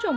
众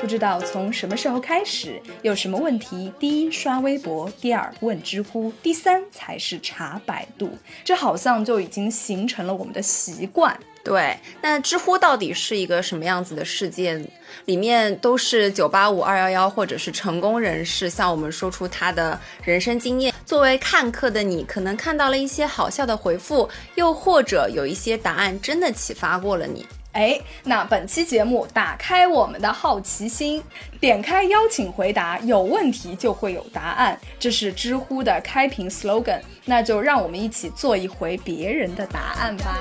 不知道从什么时候开始，有什么问题，第一刷微博，第二问知乎，第三才是查百度。这好像就已经形成了我们的习惯。对，那知乎到底是一个什么样子的世界？里面都是九八五、二幺幺或者是成功人士向我们说出他的人生经验。作为看客的你，可能看到了一些好笑的回复，又或者有一些答案真的启发过了你。哎，那本期节目打开我们的好奇心，点开邀请回答，有问题就会有答案，这是知乎的开屏 slogan。那就让我们一起做一回别人的答案吧。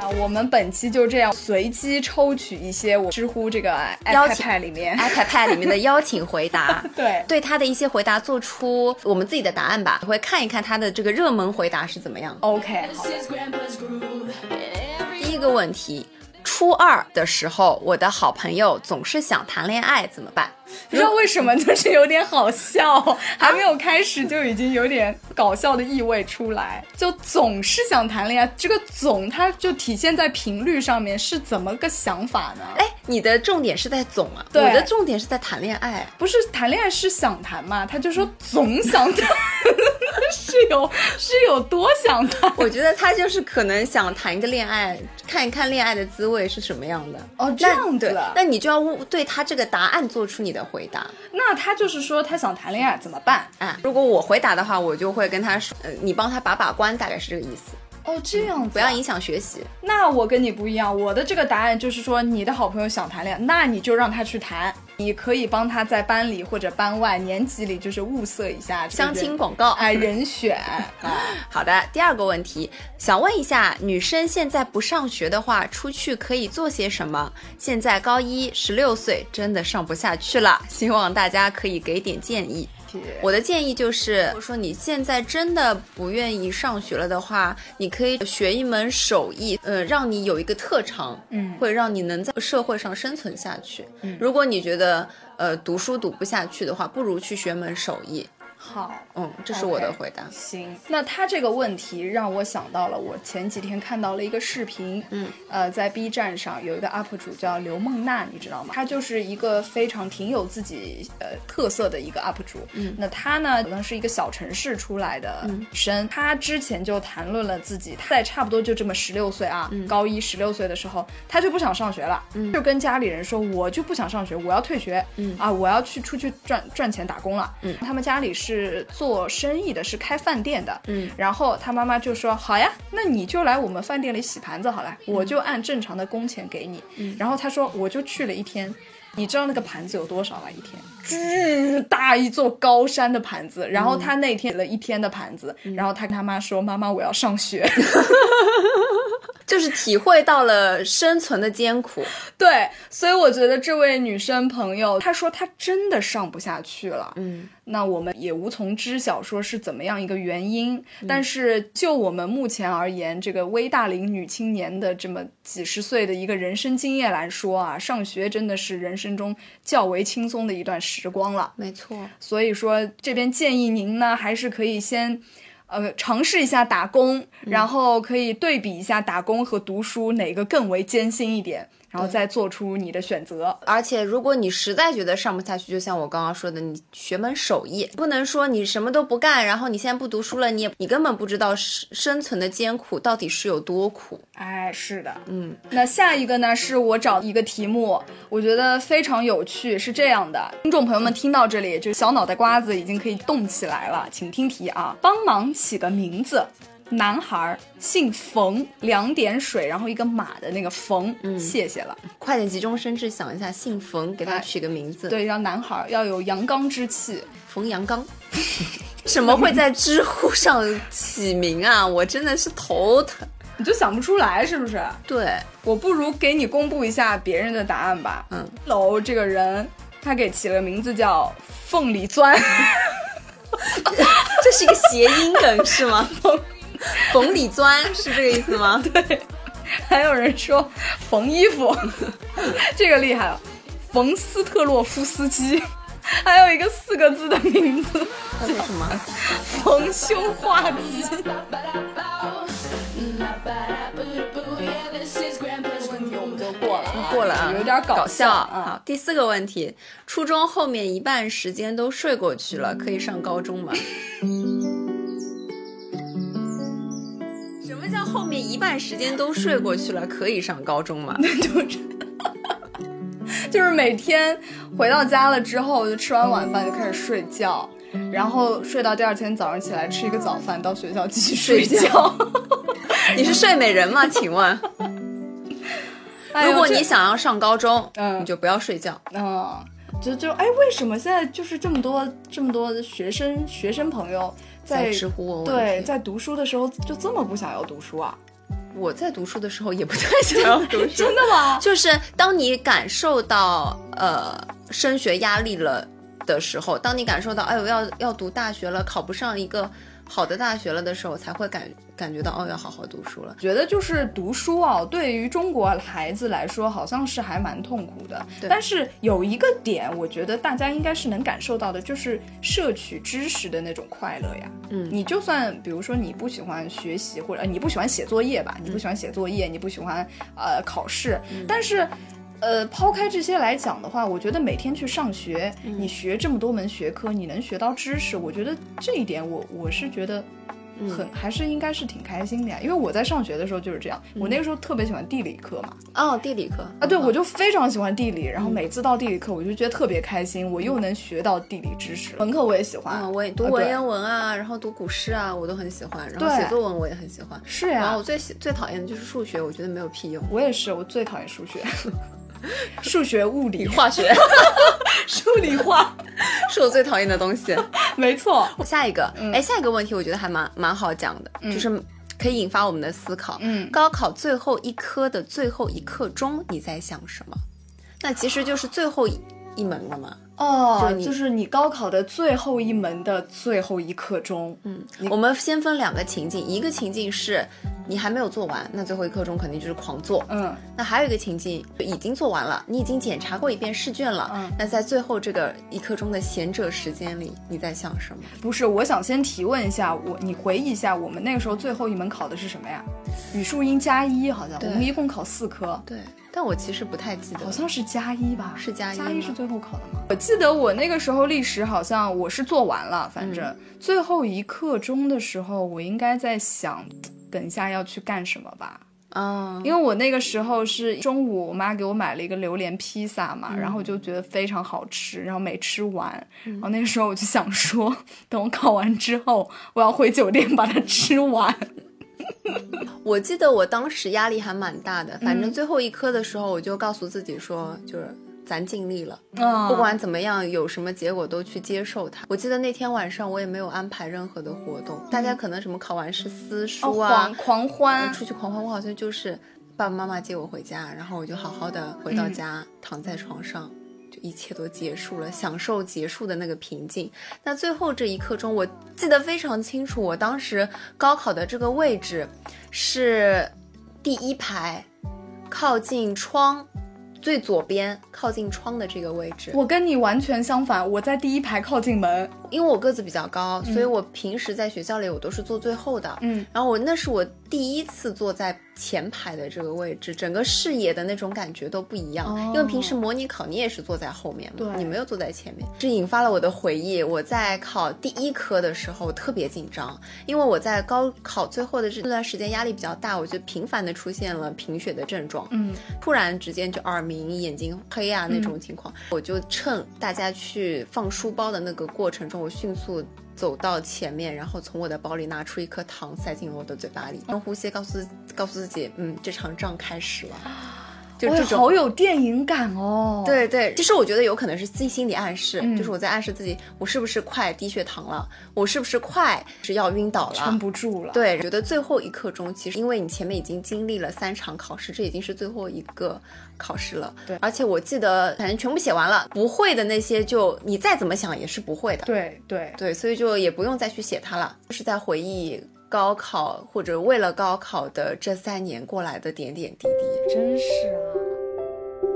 啊，我们本期就这样随机抽取一些我知乎这个邀 iPad 请 Pad 里面，，iPad Pad 里面的邀请回答对 对他的一些回答做出我们自己的答案吧。会看一看他的这个热门回答是怎么样。 OK，好的 This is Grandpa's groove. and every 第一个问题。初二的时候，我的好朋友总是想谈恋爱，怎么办？不知道为什么就是有点好笑，还没有开始就已经有点搞笑的意味出来，就总是想谈恋爱。这个“总”它就体现在频率上面，是怎么个想法呢？哎，你的重点是在总啊，对我的重点是在谈恋爱。不是谈恋爱是想谈嘛？他就说总想谈， 是有是有多想谈？我觉得他就是可能想谈一个恋爱，看一看恋爱的滋味是什么样的。哦那这样子对啊那你就要对他这个答案做出你的回答。那他就是说他想谈恋爱怎么办？啊，如果我回答的话，我就会跟他说，呃，你帮他把把关，大概是这个意思，哦，这样子、不要影响学习。那我跟你不一样，我的这个答案就是说，你的好朋友想谈恋爱，那你就让他去谈，你可以帮他在班里或者班外、年级里就是物色一下这个相人亲广告。哎人选啊。好的，第二个问题，想问一下，女生现在不上学的话，出去可以做些什么？现在高一，十六岁，真的上不下去了，希望大家可以给点建议。我的建议就是，如果说你现在真的不愿意上学了的话，你可以学一门手艺，呃，让你有一个特长，嗯会让你能在社会上生存下去。嗯如果你觉得呃读书读不下去的话，不如去学门手艺。好，嗯，这是我的回答。行，那他这个问题让我想到了，我前几天看到了一个视频，嗯，呃，在 B 站上有一个 UP 主叫刘梦娜，你知道吗？她就是一个非常挺有自己呃特色的一个 UP 主，嗯那她呢好像是一个小城市出来的嗯女生，她之前就谈论了自己，她在差不多就这么十六岁啊，嗯高一十六岁的时候，她就不想上学了，嗯就跟家里人说，我就不想上学，我要退学，嗯啊，我要去出去赚赚钱打工了，嗯他们家里是做生意的，是开饭店的，嗯然后他妈妈就说：“好呀，那你就来我们饭店里洗盘子好了，我就按正常的工钱给你。嗯然后他说：“我就去了一天，你知道那个盘子有多少吗？一天嗯巨大一座高山的盘子。然后他那天洗了一天的盘子，嗯然后他跟他妈说：‘妈妈，我要上学。’就是体会到了生存的艰苦。 对，所以我觉得这位女生朋友，她说她真的上不下去了。嗯，那我们也无从知晓说是怎么样一个原因，但是就我们目前而言，这个微大龄女青年的这么几十岁的一个人生经验来说啊，上学真的是人生中较为轻松的一段时光了。没错。所以说这边建议您呢，还是可以先。呃，尝试一下打工，然后可以对比一下打工和读书哪个更为艰辛一点，然后再做出你的选择。而且，如果你实在觉得上不下去，就像我刚刚说的，你学门手艺，不能说你什么都不干，然后你现在不读书了，你也你根本不知道生生存的艰苦到底是有多苦。哎，是的，嗯，那下一个呢，是我找一个题目，我觉得非常有趣，是这样的，听众朋友们听到这里，就小脑袋瓜子已经可以动起来了，请听题啊，帮忙起个名字。男孩儿姓冯，两点水，然后一个马的那个冯，嗯谢谢了。快点急中生智想一下，姓冯，给他哎取个名字，，对，要男孩儿要有阳刚之气。冯阳刚。 什么会在知乎上起名啊？我真的是头疼。你就想不出来是不是？对，我不如给你公布一下别人的答案吧。嗯，楼这个人，他给起了名字叫凤梨钻， 这是一个谐音梗是吗？ 缝缝里钻是这个意思吗？ 还有人说缝衣服， 这个厉害了，冯斯特洛夫斯基， 还有一个四个字的名字，那是什么？冯修画机。 Yeah, this is Grandpa's 我们 groove. 就过了啊，过了啊，有点搞笑啊。好，第四个问题，初中后面一半时间都睡过去了，可以上高中吗？什么叫后面一半时间都睡过去了，可以上高 中吗？就是每天回到家了之后，就吃完晚饭就开始睡觉，然后睡到第二天早上起来吃一个早饭，到学校继续睡睡觉。 你是睡美人吗？请问，哎呦如果这你想要上高中，嗯你就不要睡觉。嗯，就就哎，为什么现在就是这么多这么多的学生学生朋友在在知乎我对在读书的时候就这么不想要读书啊？我在读书的时候也不太想要读书，真的吗？就是当你感受到呃升学压力了的时候，当你感受到哎呦要要读大学了，考不上一个好的大学了的时候，才会感感觉到哦要好好读书了。觉得就是读书啊，对于中国孩子来说，好像是还蛮痛苦的。对但是有一个点，我觉得大家应该是能感受到的，就是摄取知识的那种快乐呀。嗯，你就算比如说你不喜欢学习，或者呃你不喜欢写作业吧，你不喜欢写作业，你不喜欢呃考试，嗯但是。呃，抛开这些来讲的话，我觉得每天去上学，嗯你学这么多门学科，你能学到知识，我觉得这一点我我是觉得很、嗯还是应该是挺开心的呀。因为我在上学的时候就是这样，嗯我那个时候特别喜欢地理课嘛，哦，地理课啊，对，我就非常喜欢地理，嗯然后每次到地理课我就觉得特别开心，我又能学到地理知识。文科我也喜欢，嗯，我也读啊文对言文啊，然后读古诗啊，我都很喜欢，然后对写作文我也很喜欢。是呀、然后我最喜最讨厌的就是数学，我觉得没有屁用。我也是，我最讨厌 数学，数学、物理、化学数理化， 是我最讨厌的东西。没错。下一个，嗯哎、下一个问题我觉得还蛮蛮好讲的，就是可以引发我们的思考。嗯高考最后一科的最后一刻钟，你在想什么？那其实就是最后一一门了嘛。哦就，你就是你高考的最后一门的最后一刻钟，嗯，我们先分两个情境，一个情境是你还没有做完，那最后一刻钟肯定就是狂做。嗯，那还有一个情境已经做完了，你已经检查过一遍试卷了。嗯那在最后这个一刻钟的闲者时间里，你在想什么？不是，我想先提问一下，我你回忆一下，我们那个时候最后一门考的是什么呀？语数英加一，好像我对们一共考四科，对，但我其实不太记得了。好像是加一吧？是加一加一吗是最后考的吗？我记得我那个时候历史好像我是做完了，反正、嗯最后一刻钟的时候，我应该在想，等一下要去干什么吧。啊，因为我那个时候是中午，我妈给我买了一个榴莲披萨嘛，然后我就觉得非常好吃，然后没吃完，然后那个时候我就想说，等我考完之后，我要回酒店把它吃完。我记得我当时压力还蛮大的，反嗯正最后一科的时候，我就告诉自己说，就是咱尽力了，嗯，不管怎么样，有什么结果都去接受它。我记得那天晚上我也没有安排任何的活动，大家可能什么考完试撕嗯哦书啊，狂狂呃欢，出去狂欢，我好像就是爸爸妈妈接我回家，然后我就好好的回到家，躺在床上。就一切都结束了，享受结束的那个平静。那最后这一刻钟，我记得非常清楚，我当时高考的这个位置是第一排，靠近窗最左边，靠近窗的这个位置。我跟你完全相反，我在第一排靠近门，因为我个子比较高，所以我平时在学校里我都是坐最后的。嗯，然后我那是我第一次坐在前排的这个位置，整个视野的那种感觉都不一样。哦因为平时模拟考你也是坐在后面嘛，对你没有坐在前面，这引发了我的回忆。我在考第一科的时候我特别紧张，因为我在高考最后的这段时间压力比较大，我就频繁的出现了贫血的症状。嗯，突然之间就耳鸣、眼睛黑啊那种情况，我就趁大家去放书包的那个过程中，我迅速走到前面，然后从我的包里拿出一颗哦 糖塞进了我的嘴巴里，深呼吸，告诉告诉自己，嗯，这场仗开始了。就哇这种。哎好有电影感哦。，对对，其实我觉得有可能是自己心理暗示，嗯就是我在暗示自己，我是不是快低血糖了，我是不是快是要晕倒了撑，不住了。，对，觉得最后一刻钟，其实因为你前面已经经历了三场考试，这已经是最后一个考试了。对而且我记得反正全部写完了，不会的那些就你再怎么想也是不会的。对对，对，所以就也不用再去写它了，就是在回忆高考或者为了高考的这三年过来的点点滴滴。真是啊。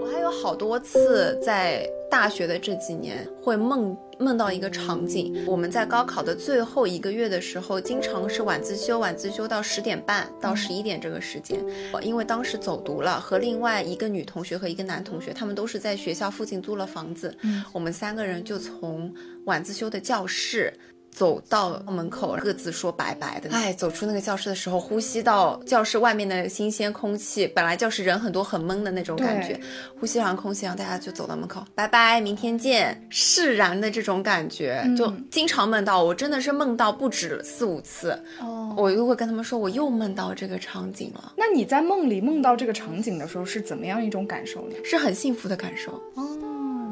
我还有好多次在大学的这几年会梦梦到一个场景，我们在高考的最后一个月的时候，经常是晚自修，晚自修到十点半嗯到十一点这个时间，呃因为当时走读了，和另外一个女同学和一个男同学，他们都是在学校附近租了房子，嗯我们三个人就从晚自修的教室。走到门口，各自说拜拜的。哎，走出那个教室的时候，呼吸到教室外面的新鲜空气，本来教室人很多很闷的那种感觉对，呼吸上空气，然后大家就走到门口，拜拜，明天见，释然的这种感觉，嗯就经常梦到，我真的是梦到不止四五次，哦。我就会跟他们说，我又梦到这个场景了，那你在梦里梦到这个场景的时候是怎么样一种感受呢？是很幸福的感受。哦，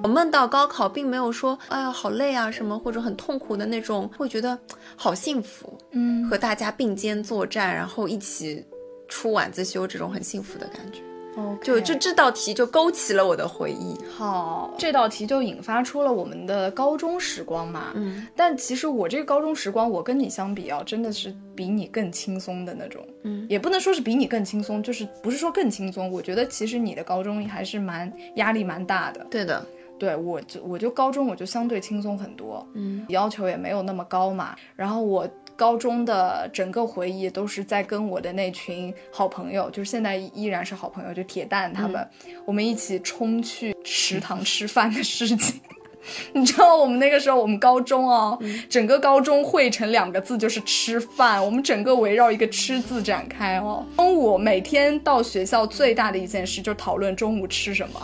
我梦到高考，并没有说，哎呀，好累啊什么，或者很痛苦的那种，会觉得好幸福，嗯，和大家并肩作战，然后一起出晚自修，这种很幸福的感觉。 OK 就这这道题就勾起了我的回忆。好，这道题就引发出了我们的高中时光嘛。嗯但其实我这个高中时光，我跟你相比啊，真的是比你更轻松的那种。嗯，也不能说是比你更轻松，就是不是说更轻松。我觉得其实你的高中还是蛮压力蛮大的。对的，对我就我就高中我就相对轻松很多，嗯。要求也没有那么高嘛。然后我高中的整个回忆都是在跟我的那群好朋友，就是现在依然是好朋友，就铁蛋他们，我们一起冲去食堂吃饭的事情。 你知道我们那个时候，我们高中哦，整个高中汇成两个字就是吃饭，我们整个围绕一个吃字展开哦。中午每天到学校最大的一件事就是讨论中午吃什么，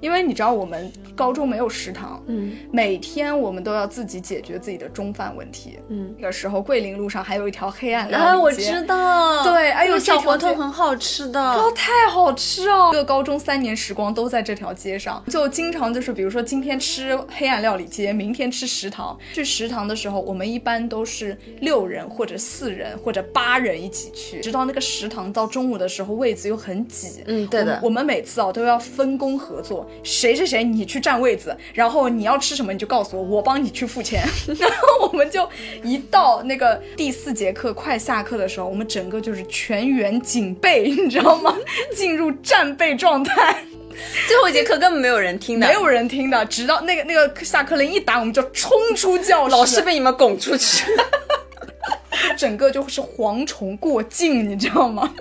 因为你知道我们高中没有食堂，嗯每天我们都要自己解决自己的中饭问题。嗯，那个时候，桂林路上还有一条黑暗料理街，啊，我知道，对哎呦那个小这条馄街饨很好吃哦，的，太好吃哦！这个高中三年时光都在这条街上，就经常就是，比如说今天吃黑暗料理街，明天吃食堂。去食堂的时候，我们一般都是六人或者四人或者八人一起去，直到那个食堂到中午的时候位子又很挤。嗯对的我们我们每次啊都要分工合作，谁谁谁你去占位子，然后你要吃什么你就告诉我，我帮你去 付钱。然后我们就一到那个第四节课快下课的时候，我们整个就是全员警备，你知道 吗？进入战备状态，最后一节课根本没有人听的，没有人听的，直到那个那个下课铃一打，我们就冲出教室，老师被你们拱出去，整个就是蝗虫过境，你知 道吗？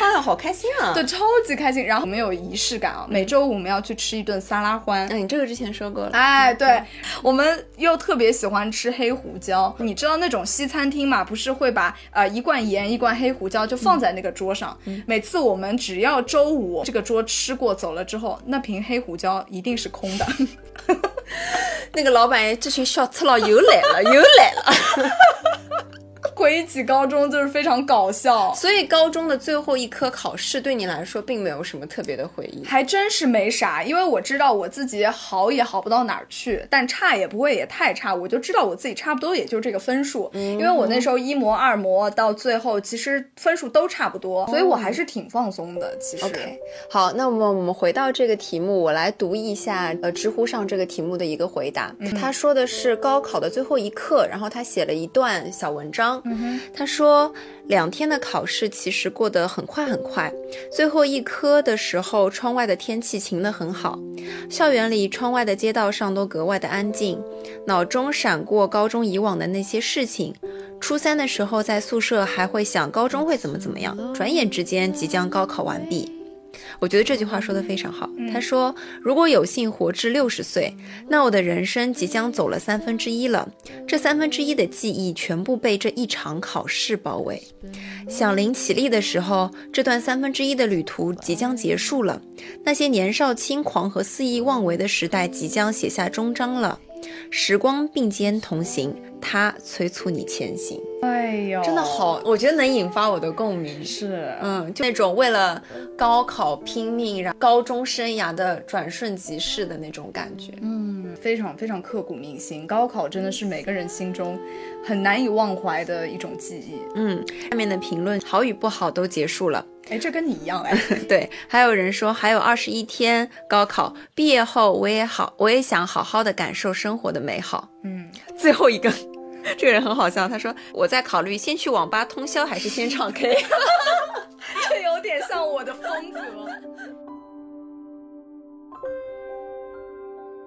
哎呀，好开心 啊！对，，超级开心。然后我们有仪式感啊，每周五我们要去吃一顿撒拉欢那。哎你这个之前说过了，哎，对，我们又特别喜欢吃黑胡椒。你知道那种西餐厅嘛，不是会把呃一罐盐、一罐黑胡椒就放在那个桌上。每次我们只要周五这个桌吃过走了之后，那瓶黑胡椒一定是空的。 那个老板这群小赤佬又来了，又来 了。回忆起高中就是非常搞笑。所以高中的最后一科考试对你来说并没有什么特别的回忆。还真是没啥，因为我知道我自己好也好不到哪儿去，但差也不会也太差，我就知道我自己差不多也就这个分数。嗯因为我那时候一模、二模到最后其实分数都差不多，所以我还是挺放松的。其实哦 OK，好，那么我们回到这个题目，我来读一下，呃，知乎上这个题目的一个回答。他说的是高考的最后一课，然后他写了一段小文章。他说，两天的考试其实过得很快很快，最后一科的时候，窗外的天气晴得很好，校园里窗外的街道上都格外的安静，脑中闪过高中以往的那些事情。初三的时候，在宿舍还会想高中会怎么怎么样，转眼之间即将高考完毕。我觉得这句话说的非常好。他说：“如果有幸活至六十岁，那我的人生即将走了三分之一了。这三分之一的记忆全部被这一场考试包围。响铃起立的时候，这段三分之一的旅途即将结束了。那些年少轻狂和肆意妄为的时代即将写下终章了。时光并肩同行，它催促你前行。哎呦，真的好，我觉得能引发我的共鸣。是，嗯，就那种为了高考拼命，然后高中生涯的转瞬即逝的那种感觉。嗯，非常非常刻骨铭心。高考真的是每个人心中很难以忘怀的一种记忆。嗯，下面的评论好与不好都结束了。 哎，这跟你一样哎，对，还有人说还有二十一天高考，毕业后我也好，我也想好好的感受生活的美好。 嗯， 最后一个， 这个人很好笑，他说我在考虑先去网吧通宵还是先唱 K。这有点像我的风格。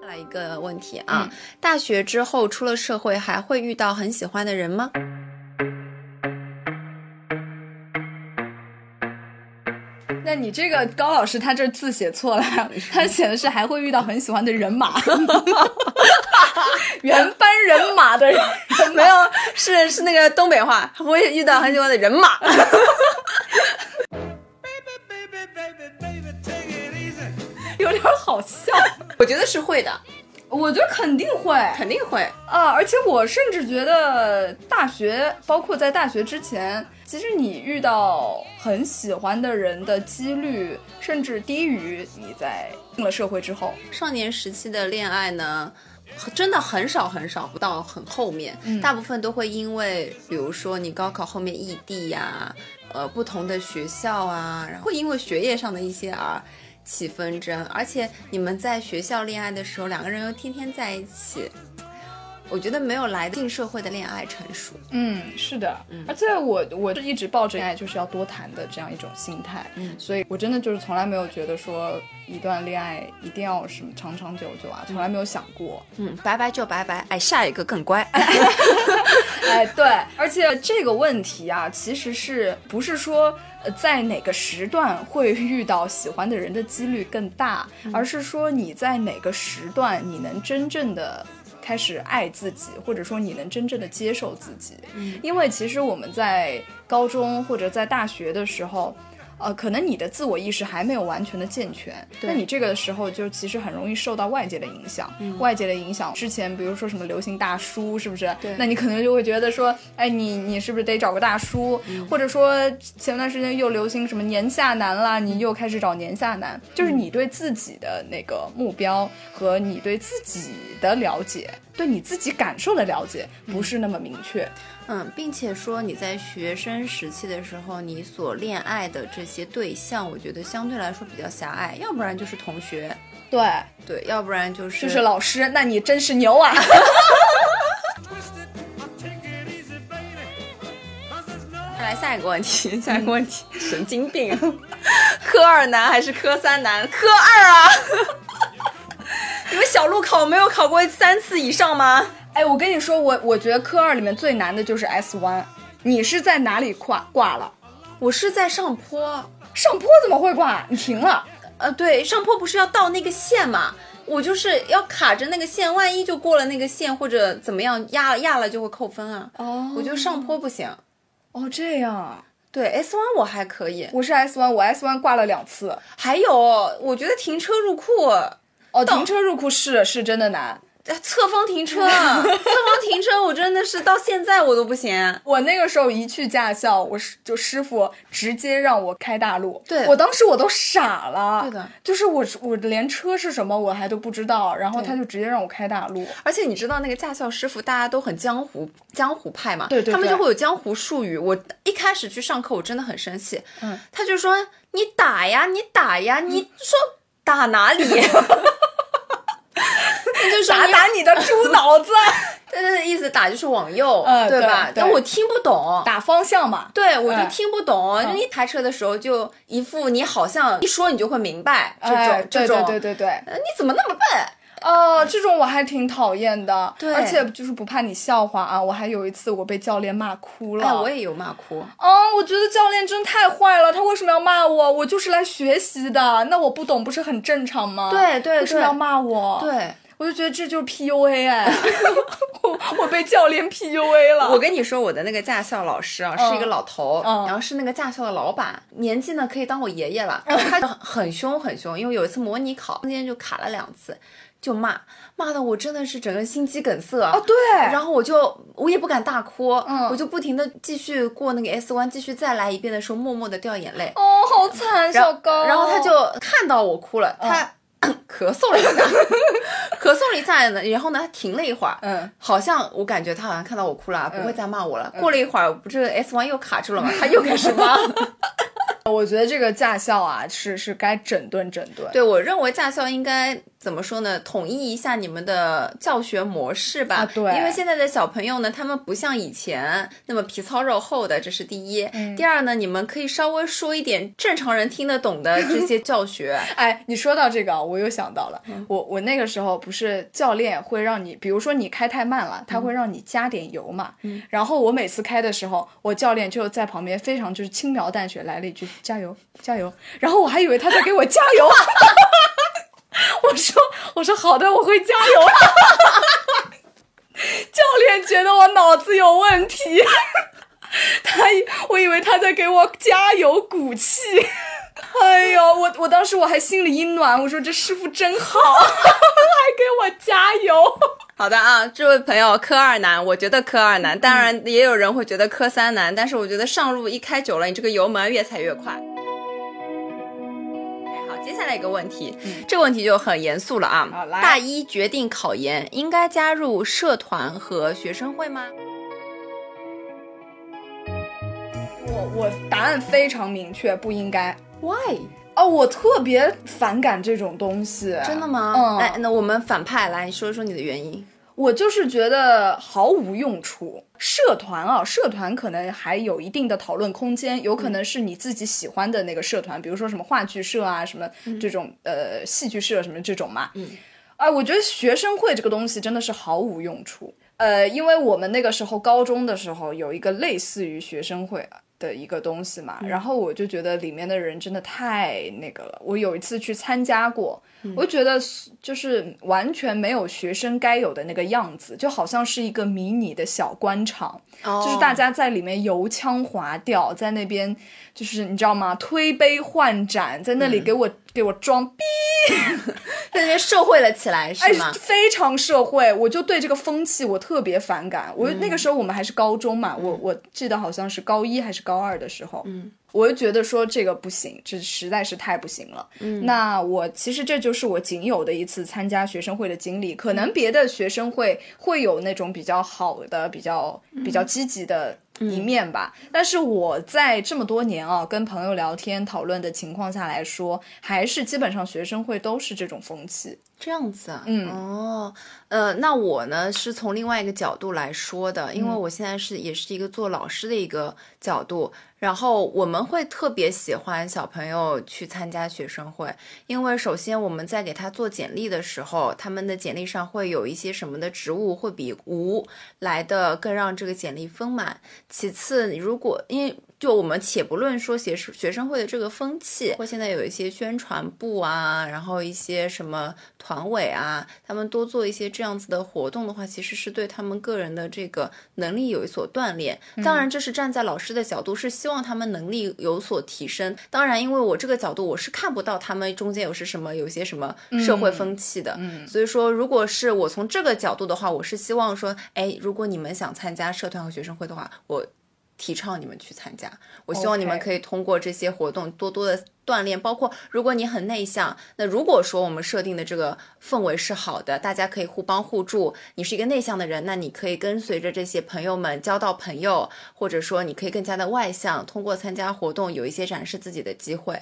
再来一个问题啊，大学之后出了社会还会遇到很喜欢的人吗？那你这个高老师他这字写错了，他写的是还会遇到很喜欢的人马， 原班人马的人。 没有，是是那个东北话，还会遇到很喜欢的人马。 Baby, baby, baby, take it easy. 有点好笑。 我觉得是会的，我觉得肯定会肯定会。啊，而且我甚至觉得大学，包括在大学之前，其实你遇到很喜欢的人的几率，甚至低于你在进了社会之后。少年时期的恋爱呢，真的很少很少，不到很后面，大部分都会因为，比如说你高考后面异地呀、呃不同的学校啊，然后会因为学业上的一些而起纷争，而且你们在学校恋爱的时候，两个人又天天在一起。我觉得没有来进社会的恋爱成熟，嗯，是的，而且我我是一直抱着恋爱就是要多谈的这样一种心态，嗯所以我真的就是从来没有觉得说一段恋爱一定要什么长长久久啊，从来没有想过。嗯，拜拜就拜拜，哎，下一个更乖，哎，对，而且这个问题啊，其实是不是说呃在哪个时段会遇到喜欢的人的几率更大，而是说你在哪个时段你能真正的。开始爱自己，或者说你能真正的接受自己，因为其实我们在高中或者在大学的时候，呃，可能你的自我意识还没有完全的健全，那你这个时候就其实很容易受到外界的影响。外界的影响，之前比如说什么流行大叔，是不是？对那你可能就会觉得说，哎，你你是不是得找个大叔？或者说前段时间又流行什么年下男啦，你又开始找年下男，就是你对自己的那个目标和你对自己的了解，对你自己感受的了解不是那么明确。嗯，并且说你在学生时期的时候，你所恋爱的这些对象，我觉得相对来说比较狭隘，要不然就是同学，对，对，要不然就是就是老师，那你真是牛啊！ Twist it, I take it easy, baby. Cause there's no 再来下一个问题，下一个问题，神经病啊！科二男还是科三男？科二啊！ 你们小路考没有考过三次以上吗？哎，我跟你说，我我觉得科二里面最难的就是 S 弯，你是在哪里挂挂了？我是在上坡，上坡怎么会挂？你停了。呃，对，上坡不是要到那个线嘛？我就是要卡着那个线，万一就过了那个线或者怎么样压压了就会扣分啊。哦我就上坡不行。哦，这样啊。对 S 1我还可以，我是 S 弯，我 S 弯挂了两次。还有我觉得停车入库，呃哦，停车入库是是真的难。侧方停 车，侧方停车我真的是到现在我都不行。我那个时候一去驾校，我师就师傅直接让我开大路，对我当时我都傻了，对的，就是我我连车是什么我还都不知道，然后他就直接让我开大路，而且你知道那个驾校师傅，大家都很江湖江湖派嘛，对对他们对就会有江湖术语。我一开始去上课，我真的很生气，嗯，他就说你打呀，你打呀，你说打哪里？ 他就说打你打你的猪 脑子，对对对，意思打就是往右，嗯对吧？对对但我听不懂，打方向嘛，对，我就哎听不懂。嗯一开车的时候就一副你好像一说你就会明白这种、哎这对种，对对对对，呃你怎么那么笨？哦，这种我还挺讨厌的，对而且就是不怕你笑话啊。我还有一次我被教练骂哭了，哎，我也有骂哭。哦，我觉得教练真太坏了，他为什么要骂我？我就是来学习的，那我不懂不是很正常吗？对对为什么对要骂我？，对，我就觉得这就是 PUA 哎， 我我被教练 PUA 了。我跟你说，我的那个驾校老师啊，是一个老头，啊嗯然后是那个驾校的老板，年纪呢嗯可以当我爷爷了。他很很凶很凶，因为有一次模拟考，中间就卡了两次。就骂，骂的我真的是整个心肌梗塞啊啊，对，然后我就我也不敢大哭，嗯我就不停的继续过那个 S 弯，继续再来一遍的时候，默默的掉眼泪。哦，好惨，然小后高。嗯然后他就看到我哭了，他 咳嗽了一下， 咳嗽了一下呢，然后呢，他停了一会儿，嗯，好像我感觉他好像看到我哭了，啊不会再骂我了。过了一会儿，不是 S 弯又卡住了吗？他又开始骂。我觉得这个驾校啊，是是该整顿整顿。对我认为驾校应该怎么说呢？统一一下你们的教学模式吧。啊对因为现在的小朋友呢，他们不像以前那么皮糙肉厚的，这是第一。嗯第二呢，你们可以稍微说一点正常人听得懂的这些教学。哎，你说到这个啊，我又想到了，我我那个时候不是教练会让你，比如说你开太慢了，他会让你加点油嘛。然后我每次开的时候，我教练就在旁边非常就是轻描淡写来了一句“加油，加油”，然后我还以为他在给我加油。 我说我说好的，我会加油。教练觉得我脑子有问题， 他以我以为他在给我加油鼓气。哎呦，我我当时我还心里一暖，我说这师傅真好， 还给我加油。好的啊，这位朋友科二男，我觉得科二男，当然也有人会觉得科三男，但是我觉得上路一开久了，你这个油门越踩越快。好，接下来一个问题，这个问题就很严肃了啊！好来大一决定考研，应该加入社团和学生会吗？我我答案非常明确，不应该。 Why？哦，我特别反感这种东西，真的吗？嗯来，那我们反派来说一说你的原因。我就是觉得毫无用处。社团啊，社团可能还有一定的讨论空间，有可能是你自己喜欢的那个社团，比如说什么话剧社啊，什么这种、呃戏剧社什么这种嘛。嗯。啊，我觉得学生会这个东西真的是毫无用处。呃，因为我们那个时候高中的时候有一个类似于学生会的一个东西嘛，然后我就觉得里面的人真的太那个了。我有一次去参加过，我觉得是就是完全没有学生该有的那个样子，就好像是一个迷你的小官场，哦 就是大家在里面油腔滑调，在那边就是你知道吗？推杯换盏，在那里给我、给我装逼，在那边社会了起来哎是吗？，非常社会，我就对这个风气我特别反感。我、那个时候我们还是高中嘛，我我记得好像是高一还是高二的时候，嗯，我就觉得说这个不行，这实在是太不行了。嗯，那我其实这就是我仅有的一次参加学生会的经历，可能别的学生会会有那种比较好的、比较比较积极的。一面吧，但是我在这么多年啊，跟朋友聊天讨论的情况下来说，还是基本上学生会都是这种风气。这样子啊，嗯哦，呃，那我呢是从另外一个角度来说的，因为我现在是也是一个做老师的一个角度，然后我们会特别喜欢小朋友去参加学生会，因为首先我们在给他做简历的时候，他们的简历上会有一些什么的职务会比无来的更让这个简历丰满。其次，如果因为就我们且不论说学生学生会的这个风气，或现在有一些宣传部啊，然后一些什么团委啊，他们多做一些这样子的活动的话，其实是对他们个人的这个能力有所锻炼。当然，这是站在老师的角度，是希望他们能力有所提升。当然，因为我这个角度，我是看不到他们中间有是什么有些什么社会风气的。所以说，如果是我从这个角度的话，我是希望说，哎，如果你们想参加社团和学生会的话，我提倡你们去参加。我希望你们 OK 可以通过这些活动多多的锻炼，包括如果你很内向，那如果说我们设定的这个氛围是好的，大家可以互帮互助。你是一个内向的人，那你可以跟随着这些朋友们交到朋友，或者说你可以更加的外向，通过参加活动有一些展示自己的机会。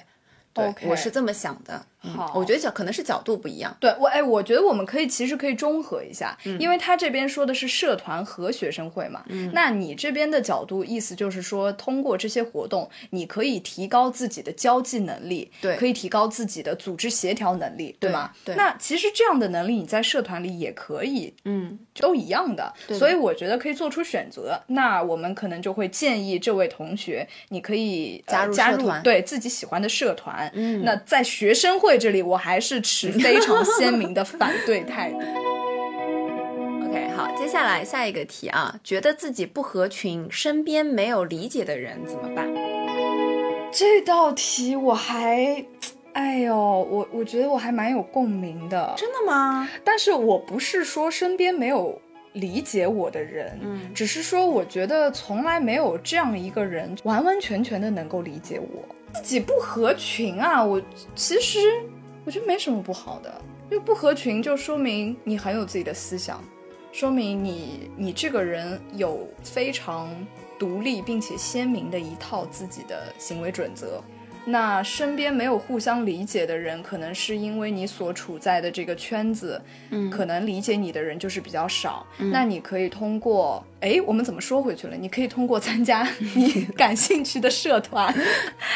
对 OK 我是这么想的。嗯好我觉得角可能是角度不一样。嗯对我，哎，我觉得我们可以其实可以中和一下，因为他这边说的是社团和学生会嘛，那你这边的角度意思就是说，通过这些活动，你可以提高自己的交际能力，对可以提高自己的组织协调能力，对吗？对那其实这样的能力你在社团里也可以，嗯，都一样的，的所以我觉得可以做出选择。那我们可能就会建议这位同学，你可以、呃加入加社团入对自己喜欢的社团。嗯，那在学生会这里，我还是持非常鲜明的反对态度。 OK，好，接下来下一个题啊，觉得自己不合群，身边没有理解的人怎么办？这道题我还哎呦，我我觉得我还蛮有共鸣的，真的吗？但是我不是说身边没有理解我的人，嗯只是说我觉得从来没有这样一个人完完全全的能够理解我自己不合群啊。我其实我觉得没什么不好的，就不合群就说明你很有自己的思想，说明你你这个人有非常独立并且鲜明的一套自己的行为准则。那身边没有互相理解的人，可能是因为你所处在的这个圈子，嗯，可能理解你的人就是比较少。嗯那你可以通过，哎，我们怎么说回去了？你可以通过 参加你感兴趣的社团，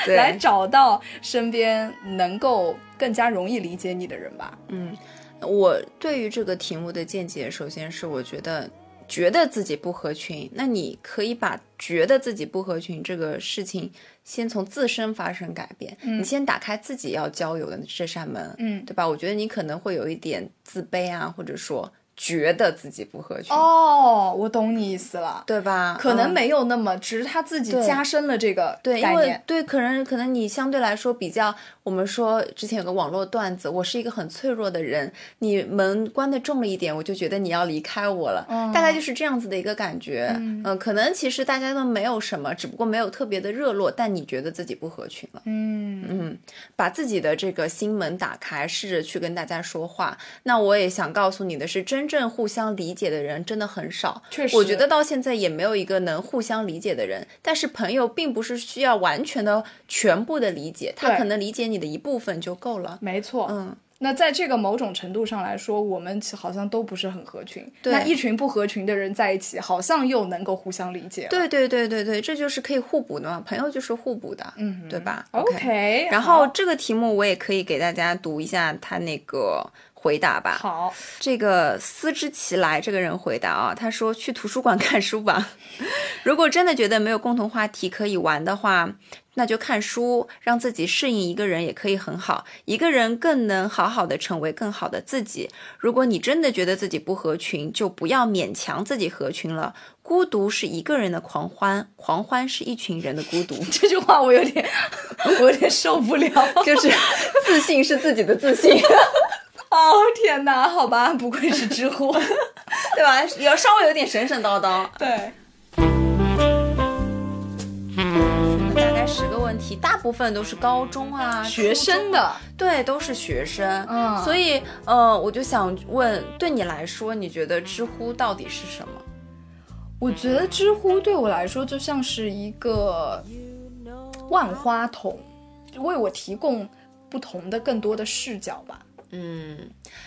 对来找到身边能够更加容易理解你的人吧。嗯我对于这个题目的见解，首先是我觉得觉得自己不合群，那你可以把觉得自己不合群这个事情先从自身发生改变，你先打开自己要交友的这扇门，嗯对吧？我觉得你可能会有一点自卑啊，或者说觉得自己不合群，哦，我懂你意思了，对吧？可能嗯没有那么，只是他自己对加深了这个对，因概为念。嗯对，可能可能你相对来说比较，我们说之前有个网络段子，我是一个很脆弱的人，你门关的重了一点，我就觉得你要离开我了，嗯大概就是这样子的一个感觉。嗯、可能其实大家都没有什么，只不过没有特别的热络，但你觉得自己不合群了。嗯嗯，把自己的这个心门打开，试着去跟大家说话。那我也想告诉你的是，真正互相理解的人真的很少。确实我觉得到现在也没有一个能互相理解的人。但是朋友并不是需要完全的、全部的理解，他对可能理解你的一部分就够了。没错，嗯，那在这个某种程度上来说，我们好像都不是很合群。对那一群不合群的人在一起，好像又能够互相理解。，对对对对对，这就是可以互补的嘛，朋友就是互补的，嗯，对吧 OK，然后好这个题目我也可以给大家读一下他那个回答吧。好， 这个思之其来这个人回答啊，他说去图书馆 看书吧。如果真的觉得没有共同话题可以玩的话，那就看书，让自己适应一个人也可以很好，一个人更能好好的成为更好的自己。如果你真的觉得自己不合群，就不要勉强自己合群了。孤独是一个人的狂欢，狂欢是一群人的孤独。这句话我有点，我有点受不了。 就是自信是自己的自信，哦天哪，好吧，不愧是知 乎。 对吧？要稍微有点神神叨叨。对，大概十个问题，大部分都是高中啊学生，的初中对，都是学生。嗯所以呃，我就想问，对你来说，你觉得知乎到底是什么？我觉得知乎对我来说就像是一个万花筒，为我提供不同的、更多的视角吧。嗯，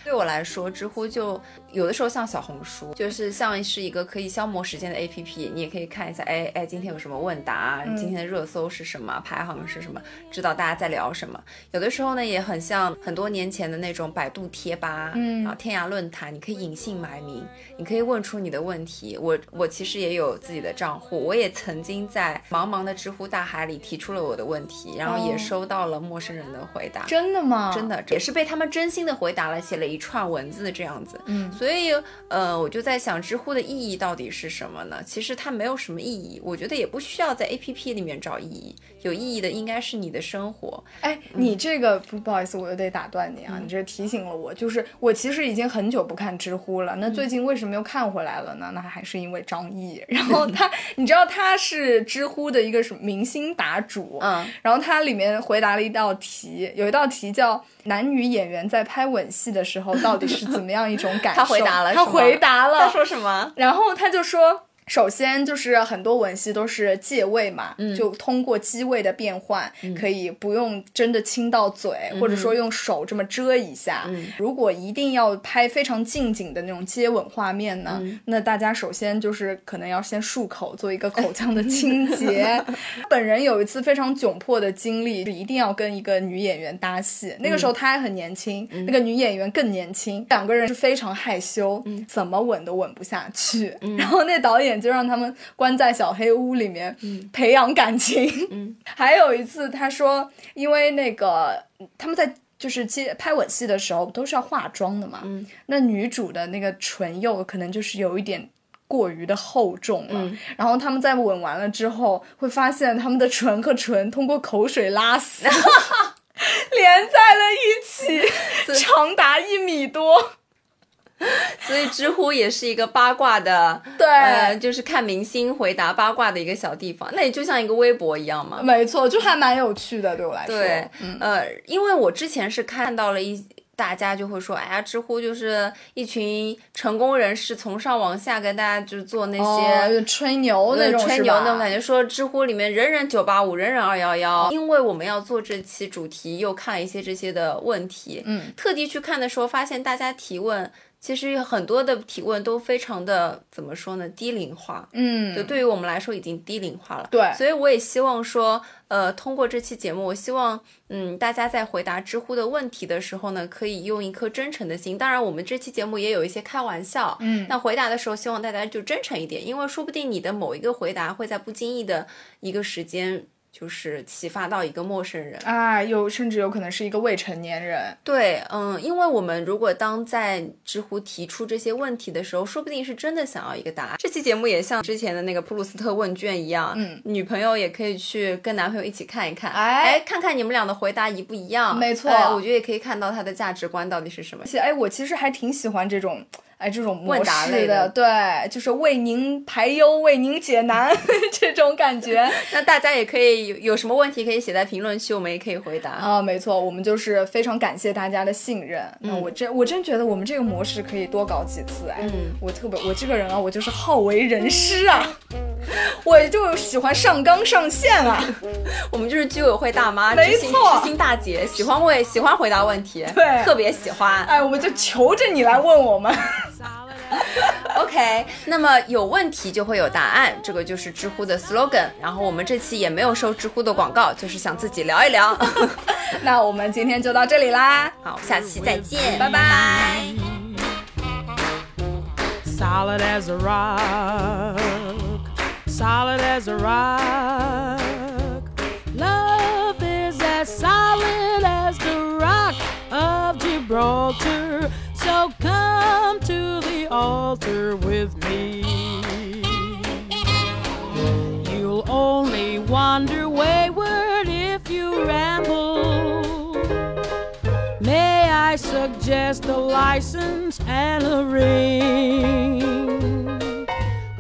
对我来说，知乎就有的时候像小红书，就是像是一个可以消磨时间的 A P P。你也可以看一下，哎哎，今天有什么问答，啊嗯今天的热搜是什么，排行是什么，知道大家在聊什么。有的时候呢，也很像很多年前的那种百度贴吧，嗯然后天涯论坛，你可以隐姓埋名，你可以问出你的问题。我我其实也有自己的账户，我也曾经在茫茫的知乎大海里提出了我的问题，然后也哦收到了陌生人的回答。真的吗？真的也是被他们真心的回答了，写了一串文字这样子。嗯所以，呃，我就在想，知乎的意义到底是什么呢？其实它没有什么意义，我觉得也不需要在 APP 里面找意义，有意义的应该是你的生活。哎，嗯你这个不不好意思，我又得打断你啊，你这提醒了我，就是我其实已经很久不看知乎了，那嗯最近为什么又看回来了呢？那还是因为张译，然后他，你知道他是知乎的一个什么明星答主，嗯，然后他里面回答了一道题，有一道题叫男女演员在拍吻戏的时候到底是怎么样一种感受？他回答了他是吗回答了，他说什么？然后他就说，首先就是很多吻戏都是借位嘛，就通过机位的变换，可以不用真的亲到嘴，或者说用手这么遮一下。如果一定要拍非常近景的那种接吻画面呢，那大家首先就是可能要先漱口，做一个口腔的清洁。本人有一次非常窘迫的经历，是一定要跟一个女演员搭戏，那个时候她还很年轻，那个女演员更年轻，两个人是非常害羞，怎么吻都吻不下去。然后那导演就让他们关在小黑屋里面、培养感情。还有一次，他说因为那个他们在。就是接拍吻戏的时候都是要化妆的嘛，那女主的那个唇釉可能就是有一点过于的厚重了，嗯然后他们 在吻完了之后，会发现他们的唇和唇通过口水拉丝。连在了一起，长达一米多。所以知乎也是一个八卦的，对呃，就是看明星回答八卦的一个小地方。那也就像一个微博一样嘛。没错，就还蛮有趣的，对我来说。嗯对，呃，因为我之前是看到了一。大家就会说，哎呀，知乎就是一群成功人士从上往下跟大家就是做那哦些就吹牛那对种吹是牛吧那种感觉，说知乎里面人人九八五，人人二幺哦幺。因为我们要做这期主题，又看了一些这些的问题，嗯，特地去看的时候，发现大家提问其实很多的提问都非常的怎么说呢，低龄化。嗯，就对于我们来说已经低龄化了，对所以我也希望说，呃，通过这期节目，我希望，嗯，大家在回答知乎的问题的时候呢，可以用一颗真诚的心。当然，我们这期节目也有一些开玩笑，嗯那回答的时候希望大家就真诚一点，因为说不定你的某一个回答会在不经意的一个时间，就是启发到一个陌生人。啊，有甚至有可能是一个未成年人。对，嗯，因为我们如果当在知乎提出这些问题的时候，说不定是真的想要一个答案。这期节目也像之前的那个普鲁斯特问卷一样，嗯，女朋友也可以去跟男朋友一起看一看，哎看看你们俩的回答一不一样。没错哎我觉得也可以看到他的价值观到底是什么而。且，哎，我其实还挺喜欢这种，哎，这种模问答式类的对，就是为您排忧，为您解难 这种感觉。那大家也可以有有什么问题可以写在评论区，我们也可以回答。啊，没错，我们就是非常感谢大家的信任。那我真我真觉得我们这个模式可以多搞几次哎。嗯我特别我这个人啊，我就是好为人师啊， 我就喜欢上纲上线啊。我们就是居委会大妈，没知心错知心大姐，喜欢问，喜欢回答问题，对特别喜欢。哎，我们就求着你来问我们。 OK，那么有问题就会有答案，这个就是知乎的 slogan。然后我们这期也没有收知乎的广告，就是想自己聊一聊。 那我们今天就到这里啦。好，下期再见，拜拜。 solid as a rock, solid as a rock. Love is as solid as the rock of Gibraltar. So come to the altar with me. You'll only wander wayward if you ramble. May I suggest a license and a ring?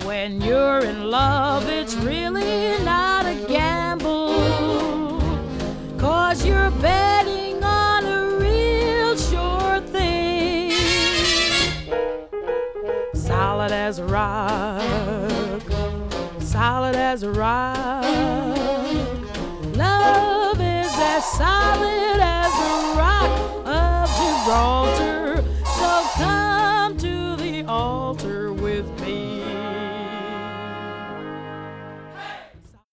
When you're in love, it's really not a gamble. Cause you're betting on a real sure thing. Solid as a rock solid as a rock. Love is as solid as the rock of Gibraltar.